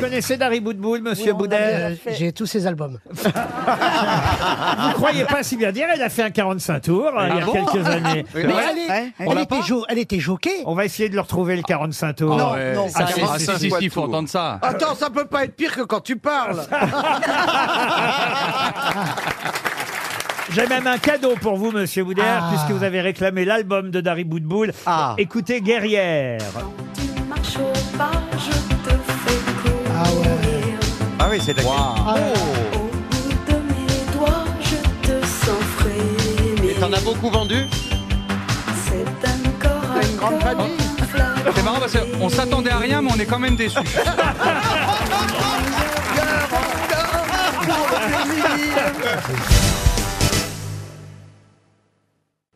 connaissez Dari Boudboul, monsieur Boudel Euh, J'ai tous ces albums. Vous croyez pas si bien dire, elle a fait un 45 tours euh, il y a quelques années. Mais elle, est- elle était jo- elle était jockey. On va essayer de le retrouver le 45 tours. Non, Ouais. non, ça- Ah, si, ça- si, ça- si, ça- si, faut Ah, entendre ça. Attends, ça peut pas être pire que quand tu parles. J'ai même un cadeau pour vous, monsieur Boudère, Ah. puisque vous avez réclamé l'album de Dari Boudboul. Ah. Écoutez Guerrière. Tu marches au pas, je te fais courir. Ah ouais. Ah oui, c'est d'accord. Ah, Au bout de mes doigts, je te sens frémir. Et t'en as beaucoup vendu C'est un corps à une grande corps famille. flagrant. C'est marrant parce qu'on s'attendait à rien, mais on est quand même déçus.